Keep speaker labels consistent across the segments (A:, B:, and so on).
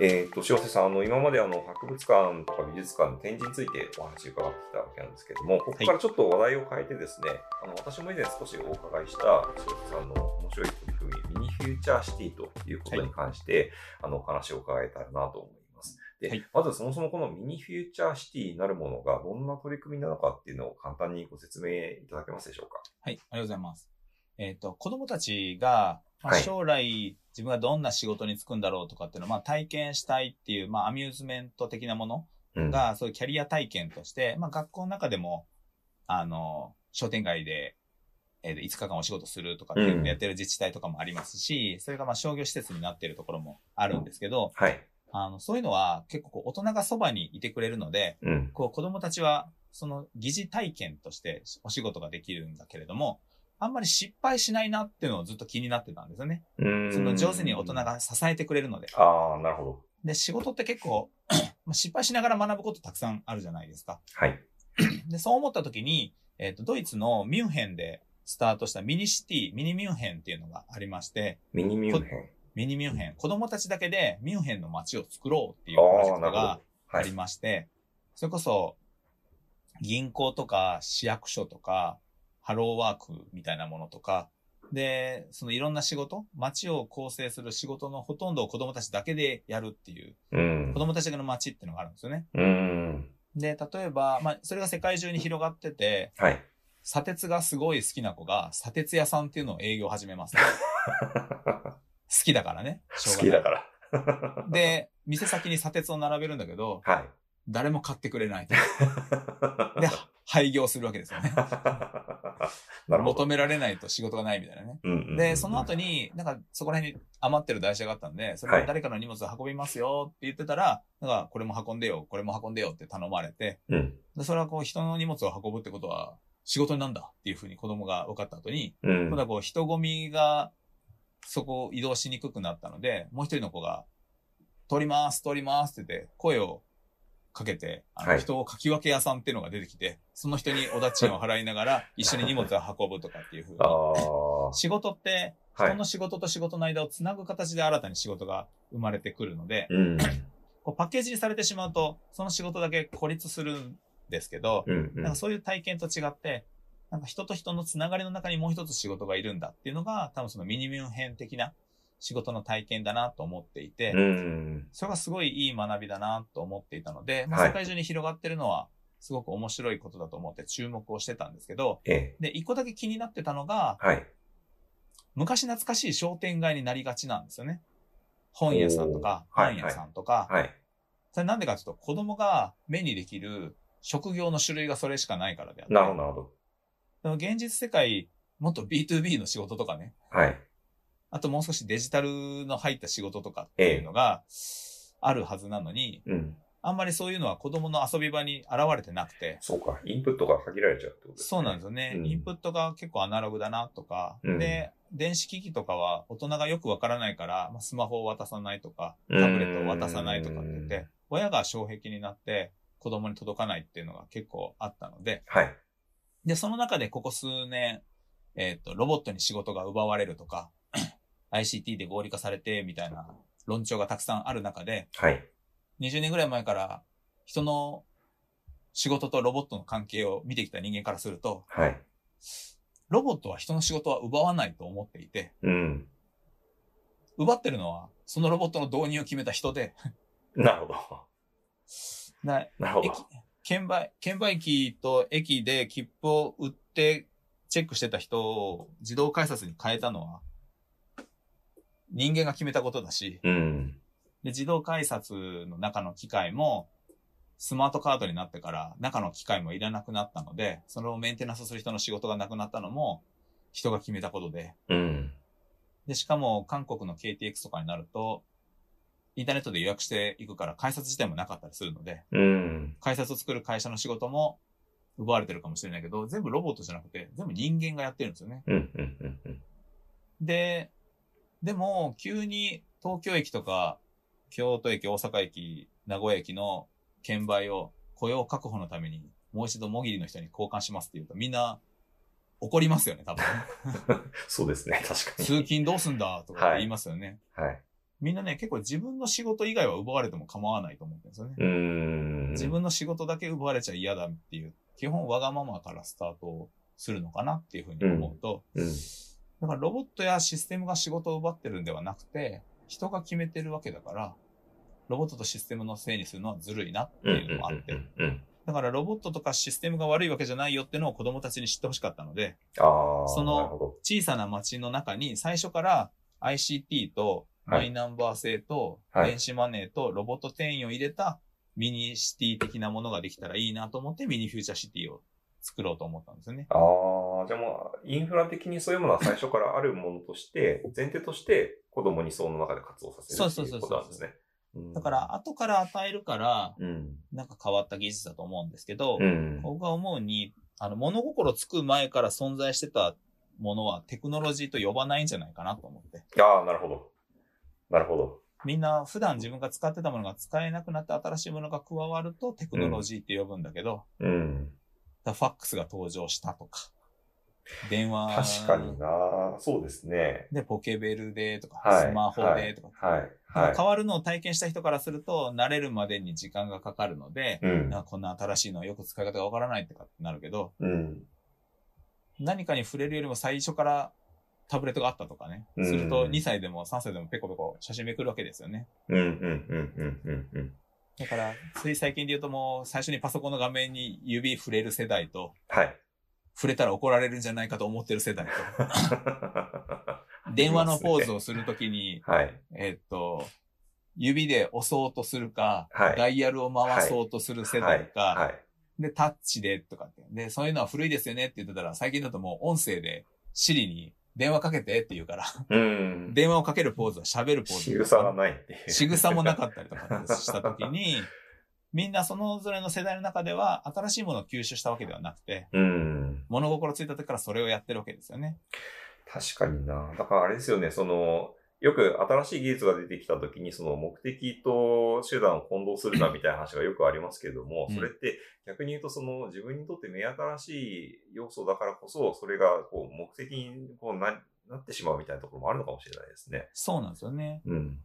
A: えー、と塩瀬さんあの今まであの博物館とか美術館の展示についてお話伺ってきたわけなんですけどもここからちょっと話題を変えてですね、あの私も以前少しお伺いした塩瀬さんの面白い取り組みミニフューチャーシティということに関して、あのお話を伺えたらなと思います。で、はい、まずそもそもこのミニフューチャーシティなるものがどんな取り組みなのかっていうのを簡単にご説明いただけますでしょうか。
B: はい、ありがとうございます。えっ、ー、と、子供たちが、まあ、将来、はい、自分がどんな仕事に就くんだろうとかっていうのを、まあ、体験したいっていう、まあ、アミューズメント的なものが、うん、そういうキャリア体験として、まあ、学校の中でも、あの、商店街で、えー、5日間お仕事するとかっていうのやってる自治体とかもありますし、うん、それがまあ商業施設になってるところもあるんですけど、
A: うん、はい、
B: あの、そういうのは結構大人がそばにいてくれるので、うん、こう子供たちはその疑似体験としてお仕事ができるんだけれども、あんまり失敗しないなっていうのをずっと気になってたんですよね。その上手に大人が支えてくれるので。
A: ああ、なるほど。
B: で、仕事って結構 失敗しながら学ぶことたくさんあるじゃないですか。
A: はい。
B: で、そう思った時に、えっ、ー、と、ドイツのミュンヘンでスタートしたミニシティ、ミニミュンヘンっていうのがありまして。
A: ミニミュンヘン。
B: ミニミュンヘン、子供たちだけでミュンヘンの街を作ろうっていうプロジェクトがありまして、はい、それこそ銀行とか市役所とか、ハローワークみたいなものとか、で、そのいろんな仕事、街を構成する仕事のほとんどを子供たちだけでやるっていう、うん、子供たちの街っていうのがあるんですよね。
A: うん、
B: で、例えば、まあ、それが世界中に広がってて、
A: はい、
B: 砂鉄がすごい好きな子が、砂鉄屋さんっていうのを営業始めます、ね。好きだからね。。
A: しょうが好きだから
B: で、店先に砂鉄を並べるんだけど、
A: はい、
B: 誰も買ってくれない。 で、廃業するわけですよね。求められないと仕事がないみたいなね。
A: うんうんうんうん、
B: で、その後に、なんかそこら辺に余ってる台車があったんで、それを誰かの荷物運びますよって言ってたら、はい、なんかこれも運んでよ、これも運んでよって頼まれて、
A: うん、
B: でそれはこう人の荷物を運ぶってことは仕事になんだっていうふうに子供が分かった後に、
A: うん、
B: 今度はこう人混みがそこを移動しにくくなったので、もう一人の子が、通ります、通りますって言って、声をかけて、あの人をかき分け屋さんっていうのが出てきて、はい、その人にお駄賃を払いな がら一緒に荷物を運ぶとかっていうふうに仕事って、人の仕事と仕事の間をつなぐ形で新たに仕事が生まれてくるので、
A: うん、
B: こうパッケージにされてしまうと、その仕事だけ孤立するんですけど、
A: うんうん、
B: なんかそういう体験と違って、なんか人と人のつながりの中にもう一つ仕事がいるんだっていうのが、多分そのミニミュン編的な仕事の体験だなと思っていて、それがすごいいい学びだなと思っていたので、まあ、世界中に広がってるのは、すごく面白いことだと思って注目をしてたんですけど、
A: はい、
B: で、一個だけ気になってたのが、
A: はい、
B: 昔懐かしい商店街になりがちなんですよね。本屋さんとか、パン屋さんとか、
A: はいはい、
B: それなんでかというと、子供が目にできる職業の種類がそれしかないからであって。
A: なるほど。
B: でも現実世界、もっと B2B の仕事とかね。
A: はい。
B: あともう少しデジタルの入った仕事とかっていうのがあるはずなのに、
A: ええうん、
B: あんまりそういうのは子供の遊び場に現れてなくて。
A: そうか、インプットが限られちゃうってことです
B: ね。そうなんですよね、うん。インプットが結構アナログだなとか、うん、で、電子機器とかは大人がよくわからないから、まあ、スマホを渡さないとか、タブレットを渡さないとかって言って、親が障壁になって子供に届かないっていうのが結構あったので、
A: はい。
B: で、その中でここ数年、えっ、ー、と、ロボットに仕事が奪われるとか、ICT で合理化されて、みたいな論調がたくさんある中で、
A: はい。
B: 20年ぐらい前から人の仕事とロボットの関係を見てきた人間からすると、
A: はい。
B: ロボットは人の仕事は奪わないと思っていて、
A: うん。
B: 奪ってるのは、そのロボットの導入を決めた人で
A: なるほど。
B: な
A: なるほど。
B: 券売、券売機と駅で切符を売ってチェックしてた人を自動改札に変えたのは、人間が決めたことだし、
A: うん、
B: で自動改札の中の機械も、スマートカードになってから中の機械もいらなくなったので、そのメンテナンスする人の仕事がなくなったのも人が決めたことで。
A: うん、
B: で、しかも韓国の KTX とかになると、インターネットで予約していくから改札自体もなかったりするので、
A: うん、
B: 改札を作る会社の仕事も奪われてるかもしれないけど、全部ロボットじゃなくて、全部人間がやってるんですよね。
A: うんうんうんうん、
B: で、でも、急に東京駅とか、京都駅、大阪駅、名古屋駅の券売を雇用確保のために、もう一度もぎりの人に交換しますって言うと、みんな怒りますよね、多分。
A: そうですね、確かに。
B: 通勤どうすんだとか言いますよね。
A: はい。はい、
B: みんなね、結構自分の仕事以外は奪われても構わないと思ってるんですよね。
A: うーん。
B: 自分の仕事だけ奪われちゃ嫌だっていう、基本わがままからスタートするのかなっていうふうに思うと、
A: うん。
B: だからロボットやシステムが仕事を奪ってるんではなくて、人が決めてるわけだから、ロボットとシステムのせいにするのはずるいなって
A: うん。
B: いうのもあって、
A: うんうんうん。
B: だからロボットとかシステムが悪いわけじゃないよっていうのを子供たちに知ってほしかったので、
A: ああ。
B: その
A: なるほど。
B: 小さな町の中に最初から ICT とマイナンバー制と
A: はい
B: 電子マネーとロボット店員を入れたミニシティ的なものができたらいいなと思ってミニフューチャーシティを作ろうと思ったんですよね。
A: ああ、じゃあもう、インフラ的にそういうものは最初からあるものとして、前提として子供にその中で活動させる
B: そうそう
A: って
B: そ
A: いううこ
B: そう
A: となんですね。うん
B: だか、ら後から与えるから
A: うん。
B: なんか変わった技術だと思うんですけど、
A: うん。
B: 僕が思うにあの物心つく前から存在してたものはテクノロジーと呼ばないんじゃないかなと思って。
A: ああ、なるほど。なるほど。
B: みんな普段自分が使ってたものが使えなくなって新しいものが加わるとテクノロジーって呼ぶんだけど、
A: うん。
B: だファックスが登場したとか、電話。
A: 確かにな。そうですね。
B: で、ポケベルでとか、
A: はい。
B: スマホでとか。
A: はい。
B: なん
A: はい。
B: か変わるのを体験した人からすると、慣れるまでに時間がかかるので、
A: うん
B: なん。かこんな新しいのよく使い方がわからないとかってなるけど、
A: うん。
B: 何かに触れるよりも最初からタブレットがあったとかね。
A: うん
B: すると2歳でも3歳でもペコペコ写真めくるわけですよね。
A: うん。うん。うん。うん。うん。うん。
B: だから、つい最近で言うともう最初にパソコンの画面に指触れる世代と、
A: はい。
B: 触れたら怒られるんじゃないかと思ってる 世代と。電話のポーズをするときに、
A: はい。
B: えっと、指で押そうとするか、
A: はい
B: ダイヤルを回そうとする世代か、
A: はい。
B: で、タッチでとかって。で、そういうのは古いですよねって言ってたら、最近だともう音声で Siri に電話かけてって言う から、
A: うん。
B: 電話をかけるポーズは喋るポーズ。
A: 仕草がないっていう。
B: 仕草もなかったりとかしたときに、 みんなそのぞれの世代の中では新しいものを吸収したわけではなくて、
A: うん。
B: 物心ついた時からそれをやってるわけですよね。
A: 確かにな。だからあれですよね、その、よく新しい技術が出てきたときに、その目的と手段を混同するなみたいな話がよくありますけれども
B: う、ん
A: それって逆に言うと、その自分にとって目新しい要素だからこそ、それがこう目的にこうななってしまうみたいなところもあるのかもしれないですね。
B: そうなんですよね。
A: うん。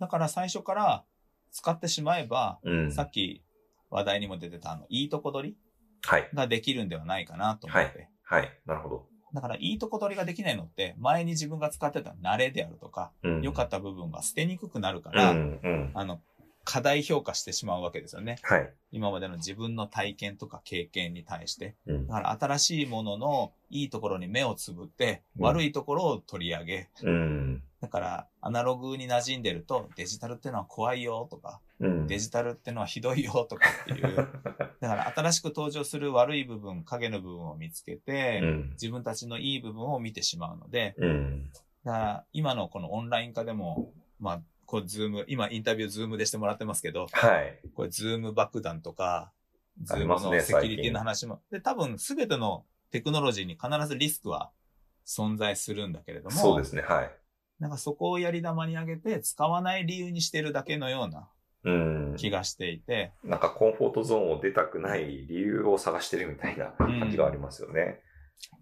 B: だから最初から使ってしまえば、
A: うん。
B: さっき話題にも出てたあの、いいとこ取り
A: はい。
B: ができるんではないかなと思って。
A: はい。なるほど。
B: だから、いいとこ取りができないのって、前に自分が使ってた慣れであるとか、
A: うん。
B: 良か
A: っ
B: った部分が捨てにくくなるか
A: う
B: ら、
A: ん。うん。
B: あの、過大評価してしまうわけですよね。
A: はい。
B: 今までの自分の体験とか経験に対して。
A: うん
B: だ。から、新しいもののいいところに目をつぶって、
A: うん
B: 悪いところを取り上げ。
A: うん。
B: だから、アナログに馴染んでると、デジタルってのは怖いよとか、
A: うん。
B: デジタルってのはひどいよとかって いう。だから新しく登場する悪い部分、影の部分を見つけて、
A: うん。
B: 自分たちのいい部分を見てしまうので、
A: うん。
B: だから今のこのオンライン化でも、まあ、こうズーム、今インタビューズームでしてもらってますけど、
A: はい。
B: これズーム爆弾とか、ズ
A: あ
B: ー
A: り
B: ム
A: ます
B: の
A: ね
B: セキュリティの話も、で、多分すべてのテクノロジーに必ずリスクは存在するんだけれども、
A: そうですね。はい。
B: なんかそこをやり玉に上げて使わない理由にしてるだけのような
A: うん。
B: 気がしていて、
A: なんかコンフォートゾーンを出たくない理由を探してるみたいな感じがありますよね。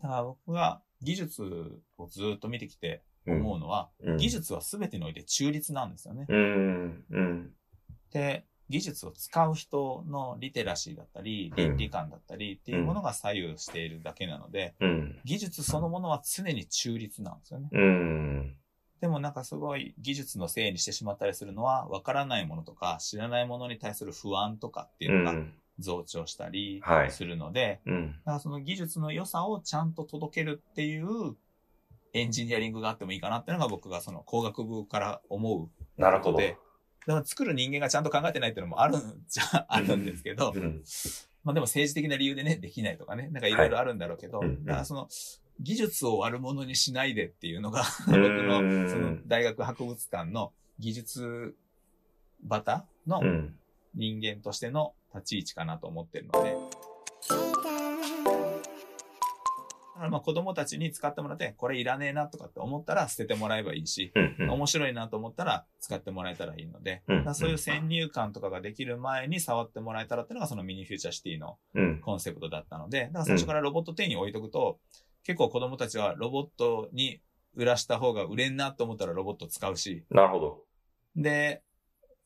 B: だから僕が技術をずっと見てきて
A: うん
B: 思うのは、
A: うん
B: 技術は全てにおいて中立なんですよね。
A: うん、うん、
B: で、技術を使う人のリテラシーだったり、
A: うん
B: 倫理観だったりっていうものが左右しているだけなので、
A: うん、
B: 技術そのものは常に中立なんですよね。
A: うん、
B: でもなんかすごい技術のせいにしてしまったりするのは、わからないものとか、知らないものに対する不安とかっていううのが
A: ん、
B: 増長したり
A: はい
B: するので、
A: うん。
B: だからその技術の良さをちゃんと届けるっていうエンジニアリングがあってもいいかなっていうのが僕がその工学部から思う
A: なるほ
B: こと
A: ど。
B: で、だから作る人間がちゃんと考えてないっていうのもあるんじゃ、あるんですけど
A: う、ん、
B: まあでも政治的な理由でね、できないとかね、なんかいろいろあるんだろうけど、
A: はいうんうん
B: だからその技術を悪者にしないでっていうのが、僕のその大学博物館の技術バタの
A: うん。
B: 人間としての立ち位置かなと思ってるので。だからまあ子供たちに使ってもらって、これいらねえなとかって思ったら捨ててもらえばいいし、
A: うん、うん、
B: 面白いなと思ったら使ってもらえたらいいので、
A: うん
B: だからそういう先入観とかができる前に触ってもらえたらっていうのがそのミニフューチャーシティの
A: うん、
B: コンセプトだったので、だから最初からロボット店に置いとくと、結構子供たちはロボットに売らした方が売れんなと思ったらロボット使うし、
A: なるほど。
B: で、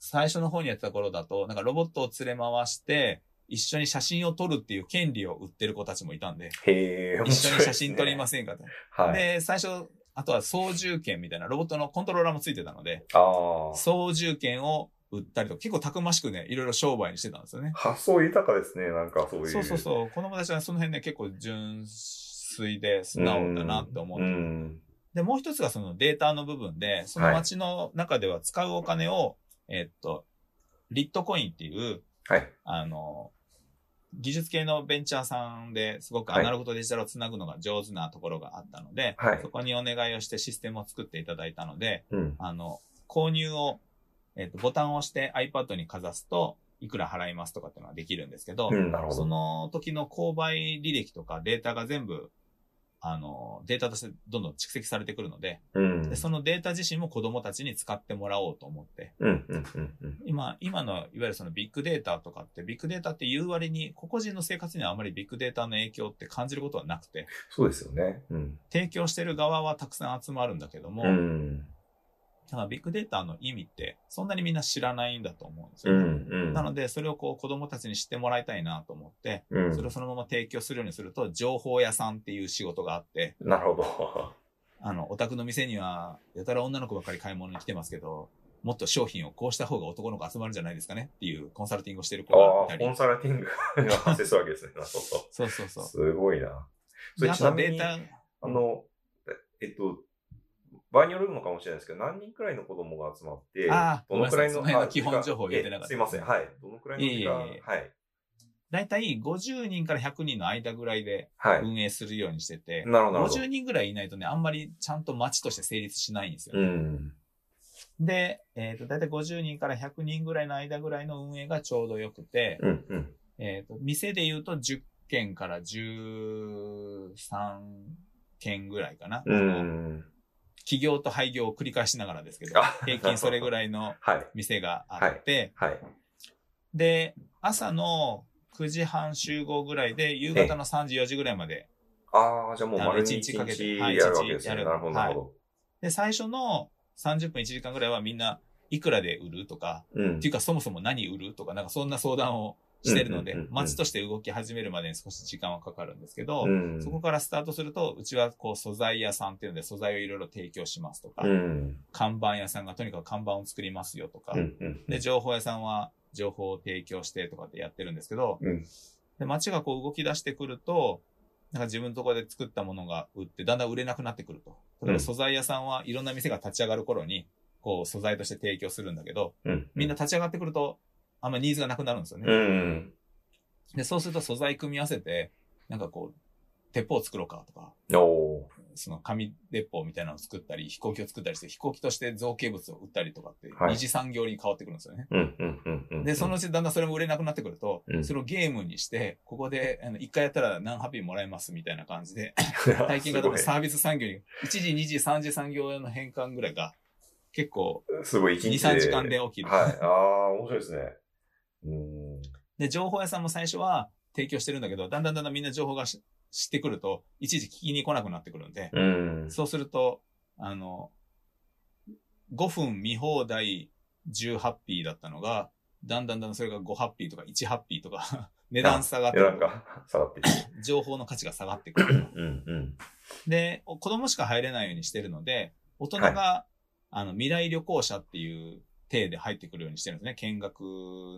B: 最初の方にやってた頃だと、なんかロボットを連れ回して、一緒に写真を撮るっていう権利を売ってる子たちもいたんで、
A: へえ、面白い
B: 一緒に
A: ですね
B: 写真撮りませんかと。
A: はい。
B: で、最初、あとは操縦券みたいな、ロボットのコントローラーもついてたので、
A: ああ。
B: 操縦券を売ったりとか、結構たくましくね、いろいろ商売にしてたんですよね。
A: 発想豊かですね、なんかそういう。
B: そうそうそう。子供たちはその辺ね、結構純粋で素直だなって思っ
A: う
B: て。
A: ん。
B: で、もう一つがそのデータの部分で、その街の中では使うお金を、えっと、リットコインっていう、
A: はい。
B: あの、技術系のベンチャーさんですごくアナログとデジタルをつなぐのが上手なところがあったので、
A: はい
B: そこにお願いをしてシステムを作っていただいたので、
A: うん。
B: あの、購入を、えっと、ボタンを押して iPad にかざすと、いくら払いますとかっていうのができるんですけど、
A: うん、なるほ
B: そ
A: ど。
B: の時の購買履歴とかデータが全部、あの、データとしてどんどん蓄積されてくるので、
A: うん
B: で。そのデータ自身も子供たちに使ってもらおうと思って、
A: うん、うん、うんうん。
B: 今、今のいわゆるそのビッグデータとかって、ビッグデータって言う割に、個々人の生活にはあまりビッグデータの影響って感じることはなくて、
A: そうですよね。うん。
B: 提供してる側はたくさん集まるんだけども、
A: うん。
B: ただビッグデータの意味って、そんなにみんな知らないんだと思うんです
A: う
B: よね、
A: ん、うん。
B: なので、それをこう子供たちに知ってもらいたいなと思って、
A: うん
B: それをそのまま提供するようにすると、情報屋さんっていう仕事があって、
A: なるほ ど。
B: あの、お宅の店には、やたら女の子ばっかり買い物に来てますけど、もっと商品をこうした方が男の子集まるんじゃないですかねっていうコンサルティングをしてる子がい
A: あ
B: た
A: あ、
B: り
A: コ。ンサルティングが 発生するわけですね。なるほど。
B: そうそうそう。
A: すごいな。そ
B: で
A: れ
B: あ
A: ちな
B: と
A: み
B: デー
A: に、あ
B: タ、
A: の、ええっと、場合によるのかもしれないですけど、何人くらいの子供が集まって、
B: あー
A: どのくらい
B: ご
A: の
B: めんなさいその辺の
A: あ
B: 基本情報を言ってなか
A: え
B: った
A: すいません。はい。どのくらいの時間
B: いえいえいえ
A: はい。
B: だいたい50人から100人の間ぐらいで
A: はい。
B: 運営するようにしてて、
A: なるほど、なるほど
B: 50。人ぐらいいないとね、あんまりちゃんと街として成立しないんですよね。
A: うん。
B: で、えっ、と、だいたい50人から100人ぐらいの間ぐらいの運営がちょうどよくて、
A: うん、うん。
B: えっ、と、店で言うと10件から13件ぐらいかな。
A: う
B: その
A: ん。
B: 起業と廃業を繰り返しながらですけど
A: あ、
B: 平均それぐらいの
A: はい。
B: 店があって、
A: はい。
B: で、朝の9時半集合ぐらいで、夕方の3時、4時ぐらいまで。
A: ああ、じゃあもう
B: あの
A: 丸
B: 一
A: 一
B: 日かけて
A: 日
B: は
A: や
B: い
A: るわけです
B: 一日やる
A: ね。なるほど、なるほ
B: で、最初の30分、1時間ぐらいはみんないくらで売るとか、
A: ど。うん
B: ってい。うかそもそも何売るとか、なんかそんな相談をしてるので
A: うんうんうんう、ん
B: 街として動き始めるまでに少し時間はかかるんですけど、
A: うん
B: そこからスタートすると、うちはこう素材屋さんっていうので素材をいろいろ提供しますとか、
A: うん。
B: 看板屋さんがとにかく看板を作りますよとか、
A: うん。うん
B: で、情報屋さんは情報を提供してとかってやってるんですけど、
A: うん
B: で街がこう動き出してくると、なんか自分のところで作ったものが売って、だんだん売れなくなってくると。例え
A: う
B: ば
A: ん
B: 素材屋さんはいろんな店が立ち上がる頃に、こう素材として提供するんだけど、
A: うん。
B: みんな立ち上がってくると、あんまニーズがなくなるんですよね。
A: うん。
B: で、そうすると素材組み合わせて、なんかこう、鉄砲を作ろうかとか、
A: おー
B: その紙鉄砲みたいなのを作ったり、飛行機を作ったりして、飛行機として造形物を売ったりとかって、
A: はい
B: 二次産業に変わってくるんですよね。
A: うん。うん。うん。うん。
B: で、そのうちだんだんそれも売れなくなってくると、
A: うん
B: それをゲームにして、ここで、あの、一回やったら何ハッピーもらえますみたいな感じで、体験 型のサービス産業に、1時、2時、3時産業への変換ぐらいが、結構、
A: すごい、一
B: 2、
A: 日
B: 3時間で起きる。
A: はい。ああ、面白いですね。うん。
B: で、情報屋さんも最初は提供してるんだけど、だんだんだんだんみんな情報がし知ってくると、一時聞きに来なくなってくるんで、
A: うん。
B: そうすると、あの、5分見放題10ハッピーだったのが、だんだんだんだんそれが5ハッピーとか1ハッピーとか、 値段下がって
A: で、
B: く
A: なん
B: る、
A: か、下がっていく。
B: 情報の価値が下がってくる。
A: うん。うん。
B: で、お子供しか入れないようにしてるので、大人が、あの、未来旅行者っていう体で入ってくるようにしてるんですね。見学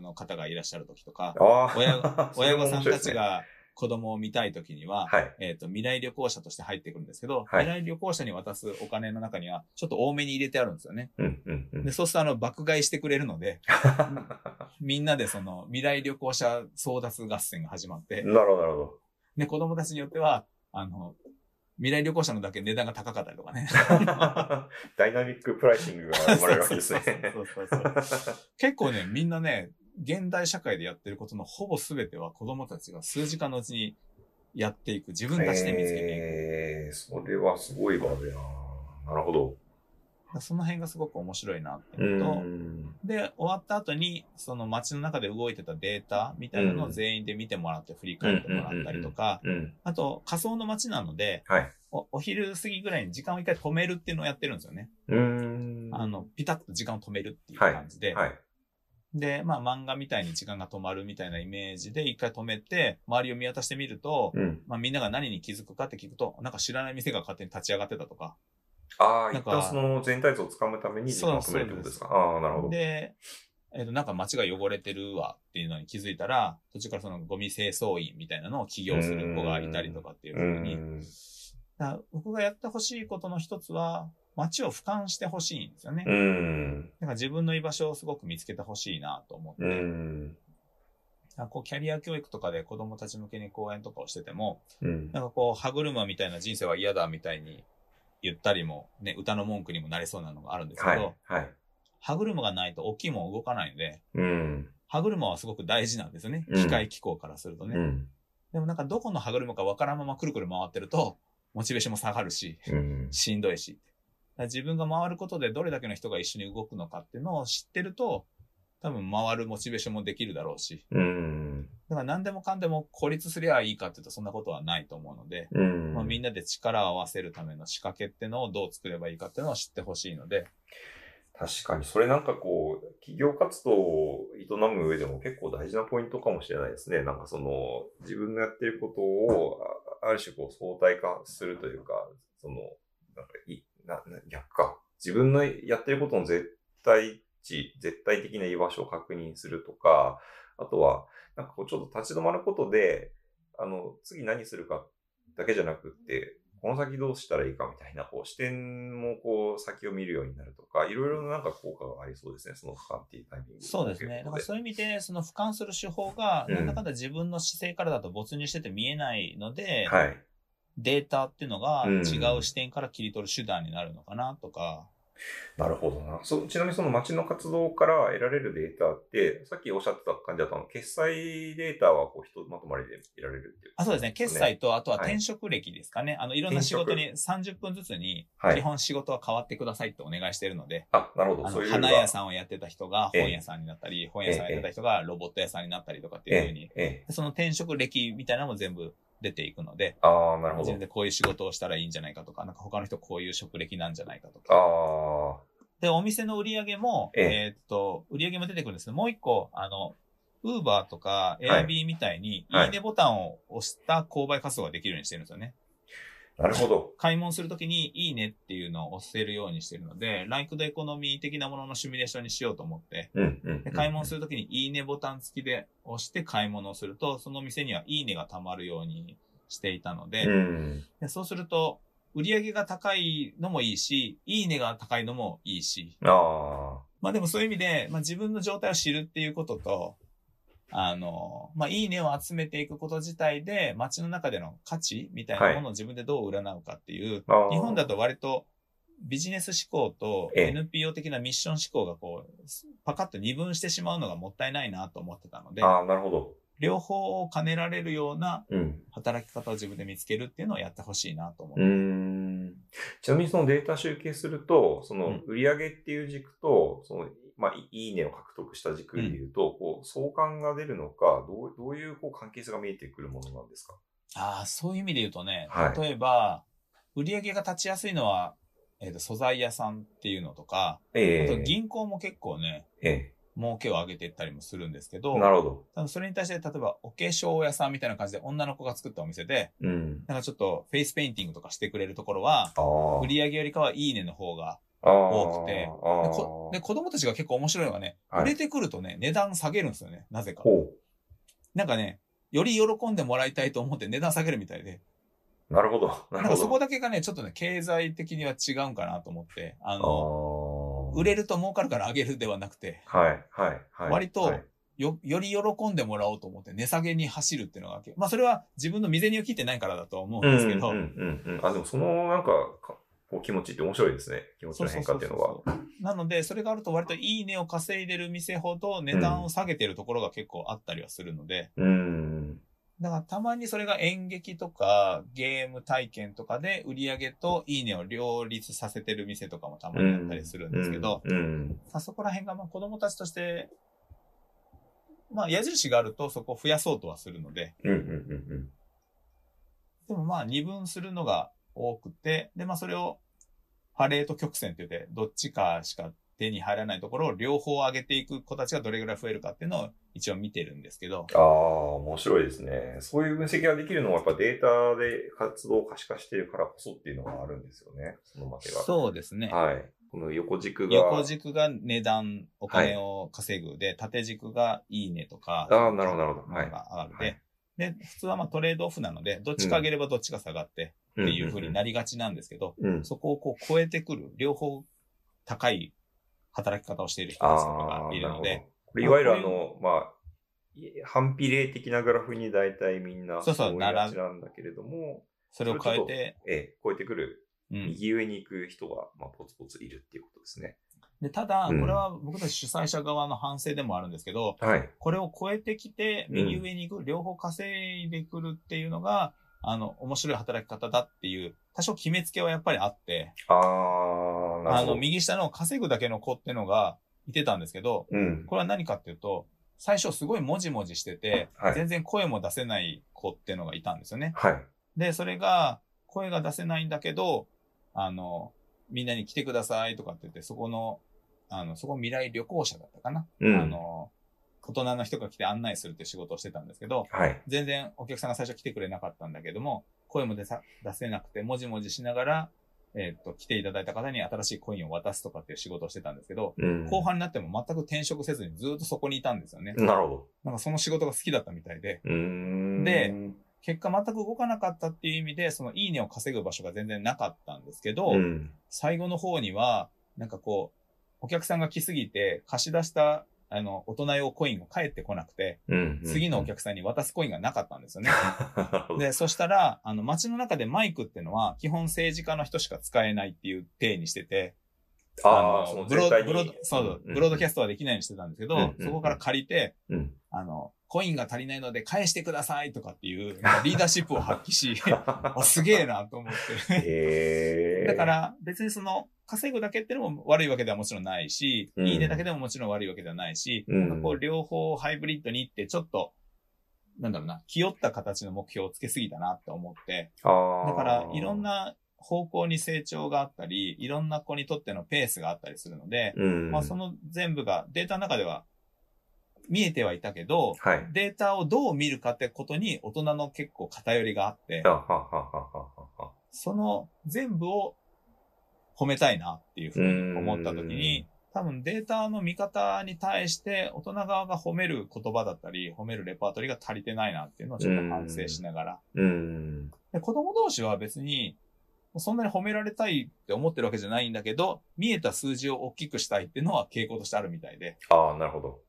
B: の方がいらっしゃる時とか、
A: あ
B: 親
A: あ、それ
B: 親
A: も
B: 御さ
A: 面白
B: ん
A: いで
B: た
A: す
B: ち
A: ね。
B: が子供を見たい時には、
A: はい。
B: えっ、と、未来旅行者として入ってくるんですけど、
A: はい
B: 未来旅行者に渡すお金の中には、ちょっと多めに入れてあるんですよね。
A: うん。うん。うん
B: で、そうすると、あの、爆買いしてくれるので、みんなでその、未来旅行者争奪合戦が始まって、
A: なるほど、なるほど。
B: で、子供たちによっては、あの、未来旅行者のだけ値段が高かったりとかね。
A: ダイナミックプライシングが生まれるわけですね。
B: そうそうそうそう結構ね、みんなね、現代社会でやってることのほぼ全ては子供たちが数時間のうちにやっていく、自分たちで見つけていく。
A: えー、それはすごい場でな。なるほど。
B: だからその辺がすごく面白いなって
A: う
B: いうのと、
A: ん。
B: で、終わった後に、その街の中で動いてたデータみたいなのを全員で見てもらって振り返ってもらったりとか、
A: うん。
B: あと仮想の街なので、
A: はい。
B: おお昼過ぎぐらいに時間を一回止めるっていうのをやってるんですよね。
A: うーん。
B: あの、ピタッと時間を止めるっていう感じで、
A: はい。
B: で、まあ漫画みたいに時間が止まるみたいなイメージで一回止めて、周りを見渡してみると、
A: うん。
B: まあみんなが何に気づくかって聞くと、なんか知らない店が勝手に立ち上がってたとか。
A: ああ、
B: な
A: 一
B: んか
A: 旦その全体像をつかむために時間を止めるってことですか。ああ、なるほど。
B: で、えっ、と、なんか街が汚れてるわっていうのに気づいたら、途中からそのゴミ清掃員みたいなのを起業する子がいたりとかっていう
A: う
B: ふうに。
A: ん。
B: だから僕がやってほしいことの一つは、街を俯瞰してほしいんですよね。
A: うん。
B: だから自分の居場所をすごく見つけてほしいなと思って。
A: うん。
B: なんかこうキャリア教育とかで子供たち向けに講演とかをしてても、
A: うん。
B: なんかこう歯車みたいな人生は嫌だみたいに言ったりも、ね、歌の文句にもなりそうなのがあるんですけど、
A: はい。はい。
B: 歯車がないと大きいもん動かないんで、
A: うん。
B: 歯車はすごく大事なんですよね。
A: うん
B: 機械機構からするとね。
A: うん。
B: でもなんかどこの歯車かわからんままくるくる回ってると、モチベーションも下がるし、
A: うん。
B: しんどいし。だから自分が回ることでどれだけの人が一緒に動くのかっていうのを知ってると、多分回るモチベーションもできるだろうし。
A: うん。
B: だから何でもかんでも孤立すりゃいいかっていうとそんなことはないと思うので、
A: うん。
B: まあ、みんなで力を合わせるための仕掛けってのをどう作ればいいかっていうのを知ってほしいので、
A: 確かに、それなんかこう、企業活動を営む上でも結構大事なポイントかもしれないですね。なんかその、自分のやってることを、あある種こう相対化するというか、その、なんかい、な、な逆か。自分のやってることの絶対値、絶対的な居場所を確認するとか、あとは、なんかこうちょっと立ち止まることで、あの、次何するかだけじゃなくって、この先どうしたらいいかみたいな、こう、視点もこう、先を見るようになるとか、いろいろななんか効果がありそうですね、その俯瞰っていうタイミング
B: そうですね。だから
A: そ
B: そういう意味で、その俯瞰する手法が、
A: うん
B: なんだかんだ自分の姿勢からだと没入してて見えないので、
A: はい。
B: データっていうのが
A: うん
B: 違う視点から切り取る手段になるのかなとか、
A: なるほどな。そちなみにその町の活動から得られるデータって、さっきおっしゃってた感じだと、あの決済データはこう、ひとまとまりで得られるっていう、
B: あそうですね、決済と、あとは
A: はい
B: 転職歴ですかね。い、あの、いろんな仕事に30分ずつに、
A: はい
B: 基本仕事は変わってくださいってお願いしてるので、
A: あ、なるほど。
B: あ
A: そう
B: の
A: いう
B: 花屋
A: ん
B: さんをやってた人が本屋さんになったり、本屋さんをやってた人がロボット屋さんになったりとかっていうふうに、
A: ええ。
B: でその転職歴みたいなのも全部出ていくので、
A: ああ、なるほ
B: 自分
A: ど。
B: でこういう仕事をしたらいいんじゃないかとか、なんか他の人こういう職歴なんじゃないかとか。
A: ああ、
B: で、お店の売り上げも、
A: ええ
B: えーっと、売り上げも出てくるんですけど、もう一個、あの、ウーバーとか
A: はい
B: Airb みたいに、
A: はい
B: いいねボタンを押した購買活動ができるようにしてるんですよね。
A: なるほど。
B: 買い物するときにいいねっていうのを押せるようにしてるので、ライクドエコノミー的なもののシミュレーションにしようと思って、
A: うん、うん。
B: で買い物す
A: る。
B: るときにいいねボタン付きで押して買い物をすると、その店にはいいねが貯まるようにしていたので、
A: うん。
B: でそうすると、売り上げが高いのもいいし、いいねが高いのもいいし、
A: あ
B: まあでもそういう意味で、まあ自分の状態を知るっていうことと、あの、まあいいねを集めていくこと自体で、街の中での価値みたいなものを自分でどう占うかっていう、
A: あ。ああ
B: 日本だと割とビジネス思考と
A: ええ
B: NPO 的なミッション思考がこう、パカッと二分してしまうのがもったいないなと思ってたので、
A: ああ、なるほど。
B: 両方を兼ねられるような
A: うん。
B: 働き方を自分で見つけるっていうのをやってほしいなと思っ
A: う
B: て。
A: ーんちなみにそのデータ集計すると、その
B: うん
A: 売上っていう軸と、そのまあ、いいいねを獲得した軸でいうと、こう相関が出るのか、どうどういうこう関係性が見えてくるものなんですか
B: ああ、そういう意味で言うとね、
A: はい
B: 例えば、売り上げが立ちやすいのは、えーと素材屋さんっていうのとか、あ
A: え
B: と
A: え
B: 銀行も結構ね、
A: え
B: 儲けを上げていったりもするんですけ
A: え
B: ど、
A: なるほど。
B: 多分それに対して、例えばお化粧屋さんみたいな感じで女の子が作ったお店で、
A: うん。
B: なんかちょっとフェイスペインティングとかしてくれるところは、
A: ああ。
B: 売り上げよりかはいいねの方が。
A: 多
B: く
A: あ
B: てで
A: ー
B: こで、子供たちが結構面白いのがね、
A: はい
B: 売れてくるとね、値段下げるんですよね。なぜか。
A: ほ
B: なんかね、より喜んでもらいたいと思って値段下げるみたいで。
A: う。なるほど。な
B: なん
A: るほ
B: か
A: ど。
B: そこだけがね、ちょっとね、経済的には違うんかなと思って、あ
A: あ
B: の、
A: ー
B: 売れると儲かるから上げるではなくて、
A: はい、はい、はい。
B: 割と
A: はい
B: よ、より喜んでもらおうと思って値下げに走るっていうのが、まあそれは自分の身銭を切ってないからだと思うんですけど、
A: うんうんうんうん。あ、でもそのなんか、かこう気持ちって面白いですね。気持ちの変化っていうのは。
B: う。なので、それがあると割といいねを稼いでる店ほど値段を下げてるところが結構あったりはするので、
A: うん。
B: だからたまにそれが演劇とかゲーム体験とかで売り上げといいねを両立させてる店とかもたまにあったりするんですけど、
A: うんうん
B: まあそこら辺がまあ子供たちとして、まあ矢印があるとそこを増やそうとはするので、
A: うんうんうんうん。
B: でもまあ二分するのが多くて、でまあそれをパレート曲線って言って、どっちかしか手に入らないところを両方上げていく子たちがどれぐらい増えるかっていうのを一応見てるんですけど、
A: ああ、面白いですね。そういう分析ができるのはやっぱデータで活動を可視化してるからこそっていうのがあるんですよね。そのまけが。
B: そうですね。
A: はい。この横軸が。
B: 横軸が値段、お金を稼ぐで、縦軸がいいねとか、
A: ああ、なるほど、なるほど。
B: も
A: は
B: の
A: い。
B: が上がる
A: は
B: で、で、普通はまあトレードオフなので、どっちか上げればどっちか下がって
A: て
B: っていう風になりがちなんですけど、
A: うん。
B: そこをこう超えてくる、両方高い働き方をしている人
A: あ
B: たちと
A: あ
B: かがいるの
A: な
B: で
A: ほ、どこれいわゆるあの、まあ、反比例的なグラフに大体みんな
B: そうそう
A: 思いがちなんだけれども、
B: それを変えて、
A: ええ、超えてくる、
B: うん、
A: 右上に行く人が、まあ、ポツポツいるっていうことですね。
B: でただ、
A: うん
B: これは僕たち主催者側の反省でもあるんですけど、
A: はい。
B: これを超えてきて、
A: うん
B: 右上に行く、両方稼いでくるっていうのが、あの、面白い働き方だっていう、多少決めつけはやっぱりあって、
A: ああ、な
B: あ
A: るほ
B: の、
A: ど。
B: 右下の稼ぐだけの子ってのがいてたんですけど、
A: うん。
B: これは何かっていうと、最初すごいもじもじしてて、
A: はい
B: 全然声も出せない子ってのがいたんですよね。
A: はい。
B: で、それが、声が出せないんだけど、あの、みんなに来てくださいとかって言って、そこの、あの、そこ未来旅行者だったかな。
A: うん。
B: あの、大人の人が来て案内するって仕事をしてたんですけど、
A: はい。
B: 全然お客さんが最初来てくれなかったんだけども、声も出さ出せなくて、もじもじしながら、えっと、来ていただいた方に新しいコインを渡すとかっていう仕事をしてたんですけど、
A: うん。
B: 後半になっても全く転職せずにずっとそこにいたんですよね。
A: なるほど。
B: なんかその仕事が好きだったみたいで、
A: うーん。
B: で、結果全く動かなかったっていう意味で、そのいいねを稼ぐ場所が全然なかったんですけど、
A: うん。
B: 最後の方には、なんかこう、お客さんが来すぎて貸し出した、あの、大人用コインが返ってこなくて、
A: うん。
B: 次のお客さんに渡すコインがなかったんですよね。
A: さん。
B: で、そしたら、あの、街の中でマイクってのは、基本政治家の人しか使えないっていう体にしてて、
A: ああ、
B: の
A: その
B: ブロ
A: 全体に
B: ブロそうそう、ブロードキャストはできないようにしてたんですけど、
A: うんうんうん
B: そこから借りて、
A: うん。
B: あの、コインが足りないので返してくださいとかっていう、なんかリーダーシップを発 揮し、あすげえなと思って。
A: へ え。
B: だか、ら別にその稼ぐだけってのも悪いわけではもちろんないし、
A: うん
B: いいねだけでももちろん悪いわけではないし、
A: うん
B: なんかこう両方ハイブリッドに行ってちょっと、なんだろうな、気負った形の目標をつけすぎたなって思って、
A: ああ。
B: だからいろん、な方向に成長があったり、いろんな子にとってのペースがあったりするので、
A: うん。
B: まあそ、の全部がデータの中では見えてはいたけど、
A: はい。
B: データをどう見るかってことに大人の結構偏りがあって
A: あ、ははははは。
B: その全部を褒めたいなっていうふうに思ったときに、多分データの見方に対して大人側が褒める言葉だったり、褒めるレパートリーが足りてないなっていうのをちょっと反省しながら。
A: うん。
B: で子供同士は別に、そんなに褒められたいって思ってるわけじゃないんだけど、見えた数字を大きくしたいっていうのは傾向としてあるみたいで、
A: ああ、なるほど。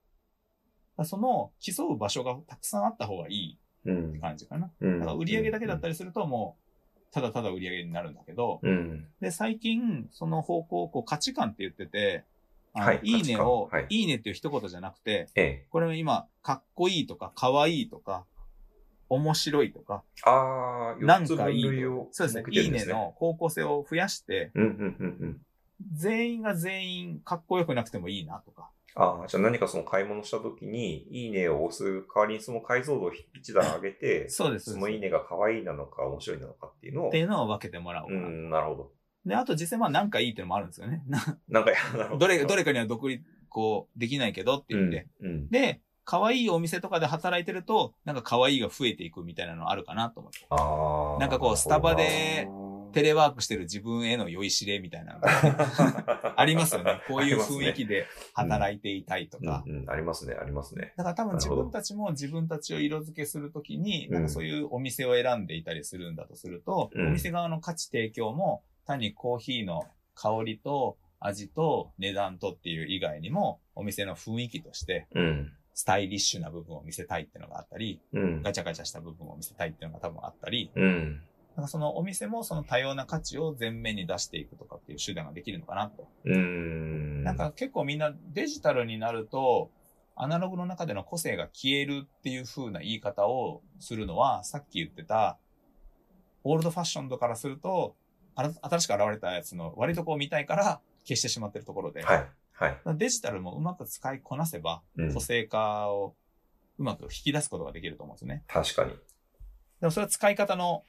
B: その競う場所がたくさんあった方がいい
A: うん
B: って。感じかな。
A: うん
B: だから売り上げだけだったりするともう、ただただ売り上げになるんだけど、
A: うん。
B: で、最近、その方向をこう価値観って言ってて、あの
A: はい
B: いねを、
A: 価値観はい
B: い、いねっていう一言じゃなくて、
A: ええ。
B: これは今、かっこいいとか、かわいいとか、面白いとか、
A: ああ、
B: な
A: 四
B: ん
A: つ
B: かい
A: 分
B: いと
A: 類を。
B: そうですね、いいね。の方向性を増やして、
A: うん、うん、うん、うん。
B: 全員が全員かっこよくなくてもいいなとか、
A: ああ、じゃあ何かその買い物したときに、いいねを押す代わりにその解像度を一段上げて、
B: そうです、
A: そ
B: そう
A: の
B: で
A: い
B: す。
A: いねが可愛いなのか面白いなのかっていうのを。
B: っていうのを分けてもらおう
A: う
B: かな。
A: ん、なるほど。
B: で、あと実際まあなんかいいっていうのもあるんですよね。な
A: なんか、なるほ
B: どれ、どれ
A: か
B: かには独立、こう、できないけどって言って、
A: うん。うん
B: で、可愛いお店とかで働いてると、なんか可愛いが増えていくみたいなのあるかなと思って。
A: ああ。
B: なんかこうスタバでテ
A: レ
B: レワークしてる自分への酔いしれみたいなのがありますよね。こういう雰囲気で働いていたいとか。
A: うんうん、ありますね、ありますね。
B: だから多分自
A: なる
B: 分
A: ほ
B: たちも自分たちを色付けするときに、
A: うん
B: なんかそういうお店を選んでいたりするんだとすると、
A: うん
B: お店側の価値提供も単にコーヒーの香りと味と値段とっていう以外にも、お店の雰囲気として
A: うん。
B: スタイリッシュな部分を見せたいっていうのがあったり、
A: うん。
B: ガチャガチャした部分を見せたいっていうのが多分あったり、
A: うん。
B: なんかそのお店もその多様な価値を前面に出していくとかっていう手段ができるのかなと。
A: うん。
B: なん、か結構みんなデジタルになると、アナログの中での個性が消えるっていう風な言い方をするのは、さっき言ってた、オールドファッションとからすると、あら新しく現れたやつの割とこう見たいから消してしまってるところで、
A: はい。はい。
B: デジタルもうまく使いこなせば、
A: うん
B: 個性化をうまく引き出すことができると思うんですよね。
A: 確かに。
B: でもそれは使い方の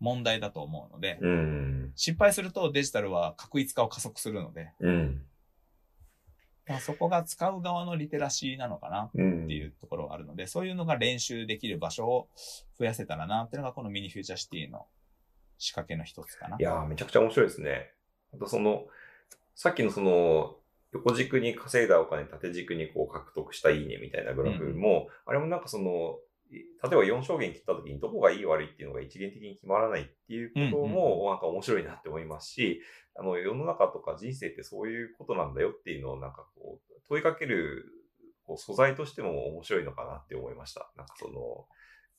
B: 問題だと思うので、
A: うん。
B: 失敗するとデジタルは確一化を加速するので、
A: うん。
B: まあ、そこが使う側のリテラシーなのかな
A: うん。
B: っていうところがあるので、そういうのが練習できる場所を増やせたらなっていうのがこのミニフューチャーシティの仕掛けの一つかな。
A: いやー、めちゃくちゃ面白いですね。あとその、さっきのその、横軸に稼いだお金、縦軸にこう獲得したいいねみたいなグラフも、あれもなんかその、い例えば4証言切った時にどこがいい悪いっていうのが一元的に決まらないっていうこと
B: うん
A: もなんか面白いなって思いますし、あの世の中とか人生ってそういうことなんだよっていうのをなんかこう問いかけるこう素材としても面白いのかなって思いました。なんかその、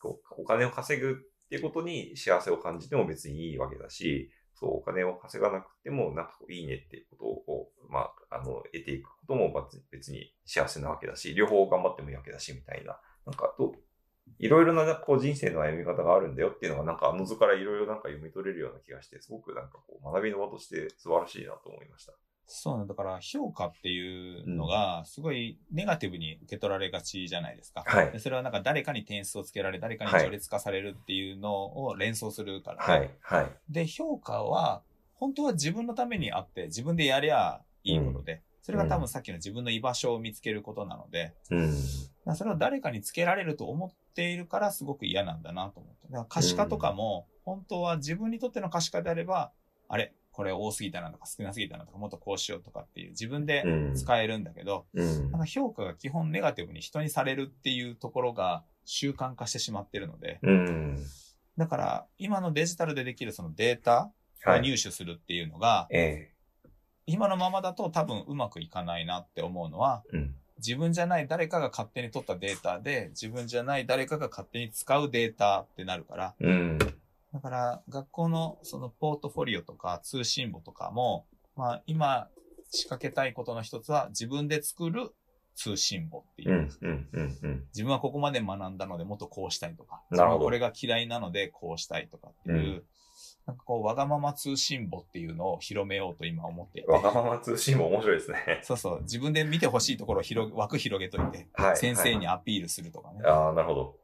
A: こうお金を稼ぐっていうことに幸せを感じても別にいいわけだし、そう、お金を稼がなくても、なんかこういいねっていうことをこう、まあ、あの、得ていくことも別別に幸せなわけだし、両方頑張ってもいいわけだし、みたいな。なんか、どういろいろな、こう、人生の歩み方があるんだよっていうのが、なんか、あの図からいろいろなんか読み取れるような気がして、すごくなんかこう、学びの場として素晴らしいなと思いました。
B: そうなんだから評価っていうのがすごいネガティブに受け取られがちじゃないですか。
A: は
B: で
A: い。
B: それはなんか誰かに点数をつけられ、誰かに
A: はい
B: 序列化されるっていうのを連想するから、
A: はい。はい。
B: で、評価は本当は自分のためにあって自分でやりゃいいことで、それが多分さっきの自分の居場所を見つけることなので、
A: うん。
B: だからそれを誰かにつけられると思っているからすごく嫌なんだなと思って。だから可視化とかも、本当は自分にとっての可視化であれば、あれ、これ多すぎたなとか少なすぎたなとか、もっとこうしようとかっていう自分で
A: うん。
B: 使えるんだけど、
A: うん
B: なん。か評価が基本ネガティブに人にされるっていうところが習慣化してしまってるので、
A: うん。
B: だから今のデジタルでできるそのデータ
A: は
B: を
A: い。
B: 入手するっていうのが、
A: ええ。
B: 今のままだと多分うまくいかないなって思うのは、
A: うん。
B: 自分じゃない誰かが勝手に取ったデータで、自分じゃない誰かが勝手に使うデータってなるから、
A: うん。
B: だから学校のそのポートフォリオとか通信簿とかも、まあ今仕掛けたいことの一つは自分で作る通信簿っていうう。
A: ん。うん。うん。うん。
B: 自分はここまで学んだのでもっとこうしたいとか、
A: なるほど
B: 自分はこれが嫌いなのでこうしたいとかっていう、
A: うん
B: なんかこうわがまま通信簿っていうのを広めようと今思っていて。
A: わがまま通信も面白いですね。
B: そうそう。自分で見てほしいところを広げ枠広げといて、
A: はい。
B: 先生に
A: は
B: アピールするとかね
A: い。。ああ、なるほど。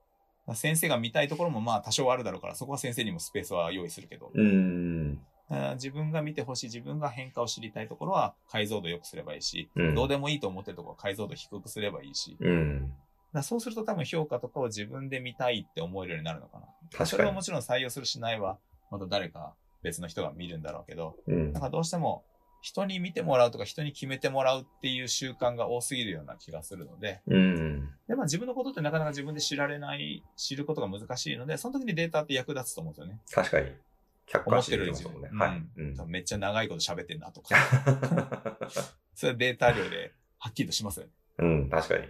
B: 先生が見たいところもまあ多少あるだろうから、そこは先生にもスペースは用意するけど、
A: うーん。
B: あー自分が見てほしい、自分が変化を知りたいところは解像度良くすればいいし、
A: うん
B: どうでもいいと思ってるところは解像度低くすればいいし、だか
A: うん。
B: らそうすると多分評価とかを自分で見たいって思えるようになるのかな。そ
A: 確
B: れ
A: か
B: を
A: に
B: も。ちろん採用するしないは、また誰か別の人が見るんだろうけど、
A: うん
B: なん。かどうしても人に見てもらうとか人に決めてもらうっていう習慣が多すぎるような気がするので、
A: うん。
B: で、まあ自分のことってなかなか自分で知られない、知ることが難しいので、その時にデータって役立つと思うんですよね。
A: 確かに。客
B: 思
A: 観
B: っ
A: 視
B: て
A: で
B: る
A: き
B: 以
A: ます
B: 上
A: もんね。
B: うん
A: はい。うん
B: 多分めっちゃ長いこと喋ってんな とか、それはデータ量ではっきりとしますよね。
A: うん、確かに。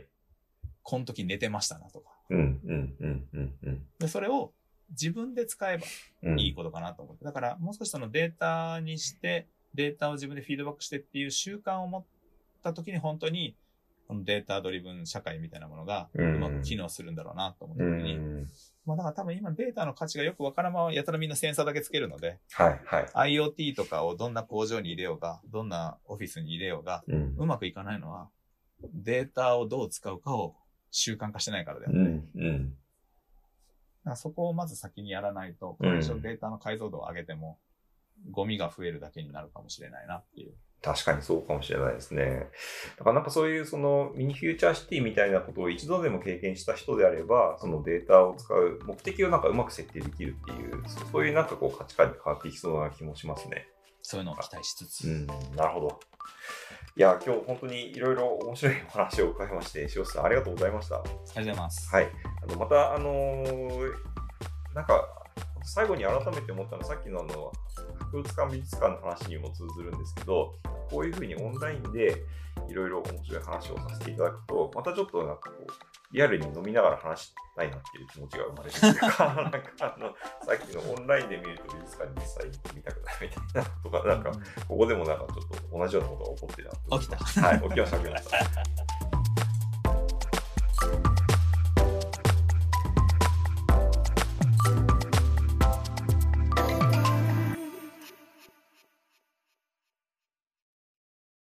B: この時寝てましたなとか。
A: うん、うん、うん、うん、うん
B: で、それを自分で使えば
A: うん。
B: いいことかなと思って。だからもう少しそのデータにして、データを自分でフィードバックしてっていう習慣を持った時に本当に、このデータドリブン社会みたいなものがう
A: うん
B: まく機能するんだろうなと思った
A: う
B: 時に、
A: ん。
B: まあだから多分今データの価値がよくわからんままやたらみんなセンサーだけつけるので、
A: はい、はい。
B: IoT とかをどんな工場に入れようが、どんなオフィスに入れようが、
A: うん。
B: うまくいかないのは、データをどう使うかを習慣化してないからだよ
A: う
B: ね。だ
A: ん、うん。
B: からそこをまず先にやらないと、こ
A: うん
B: れ以上データの解像度を上げても、ゴミが増えるだけになるかもしれないなっていう。
A: 確かにそうかもしれないですね。だからなんかそういうそのミニフューチャーシティみたいなことを一度でも経験した人であれば、そのデータを使う目的をなんかうまく設定できるっていう、そそういうなんかこう価値観に変わっていきそうな気もしますね。
B: そういうのを期待しつ
A: う
B: つ。
A: ん、なるほど。いや、今日本当にいろいろ面白いお話を伺いまして、塩瀬さんありがとうございました。
B: ありがとうございます。
A: はい、あのまた、あのーなんか最後に改めて思ったのはさっきのあの博物館美術館の話にも通ずるんですけどこういうふうにオンラインでいろいろ面白い話をさせていただくとまたちょっとなんかこうリアルに飲みながら話したいなっていう気持ちが生まれると いうかなんかあのさっきのオンラインで見ると美術館に実際に行ってみたくなるみたいなとかなんかここでもなんかちょっと同じようなことが起こってた
B: 起きた
A: はい起きました起きました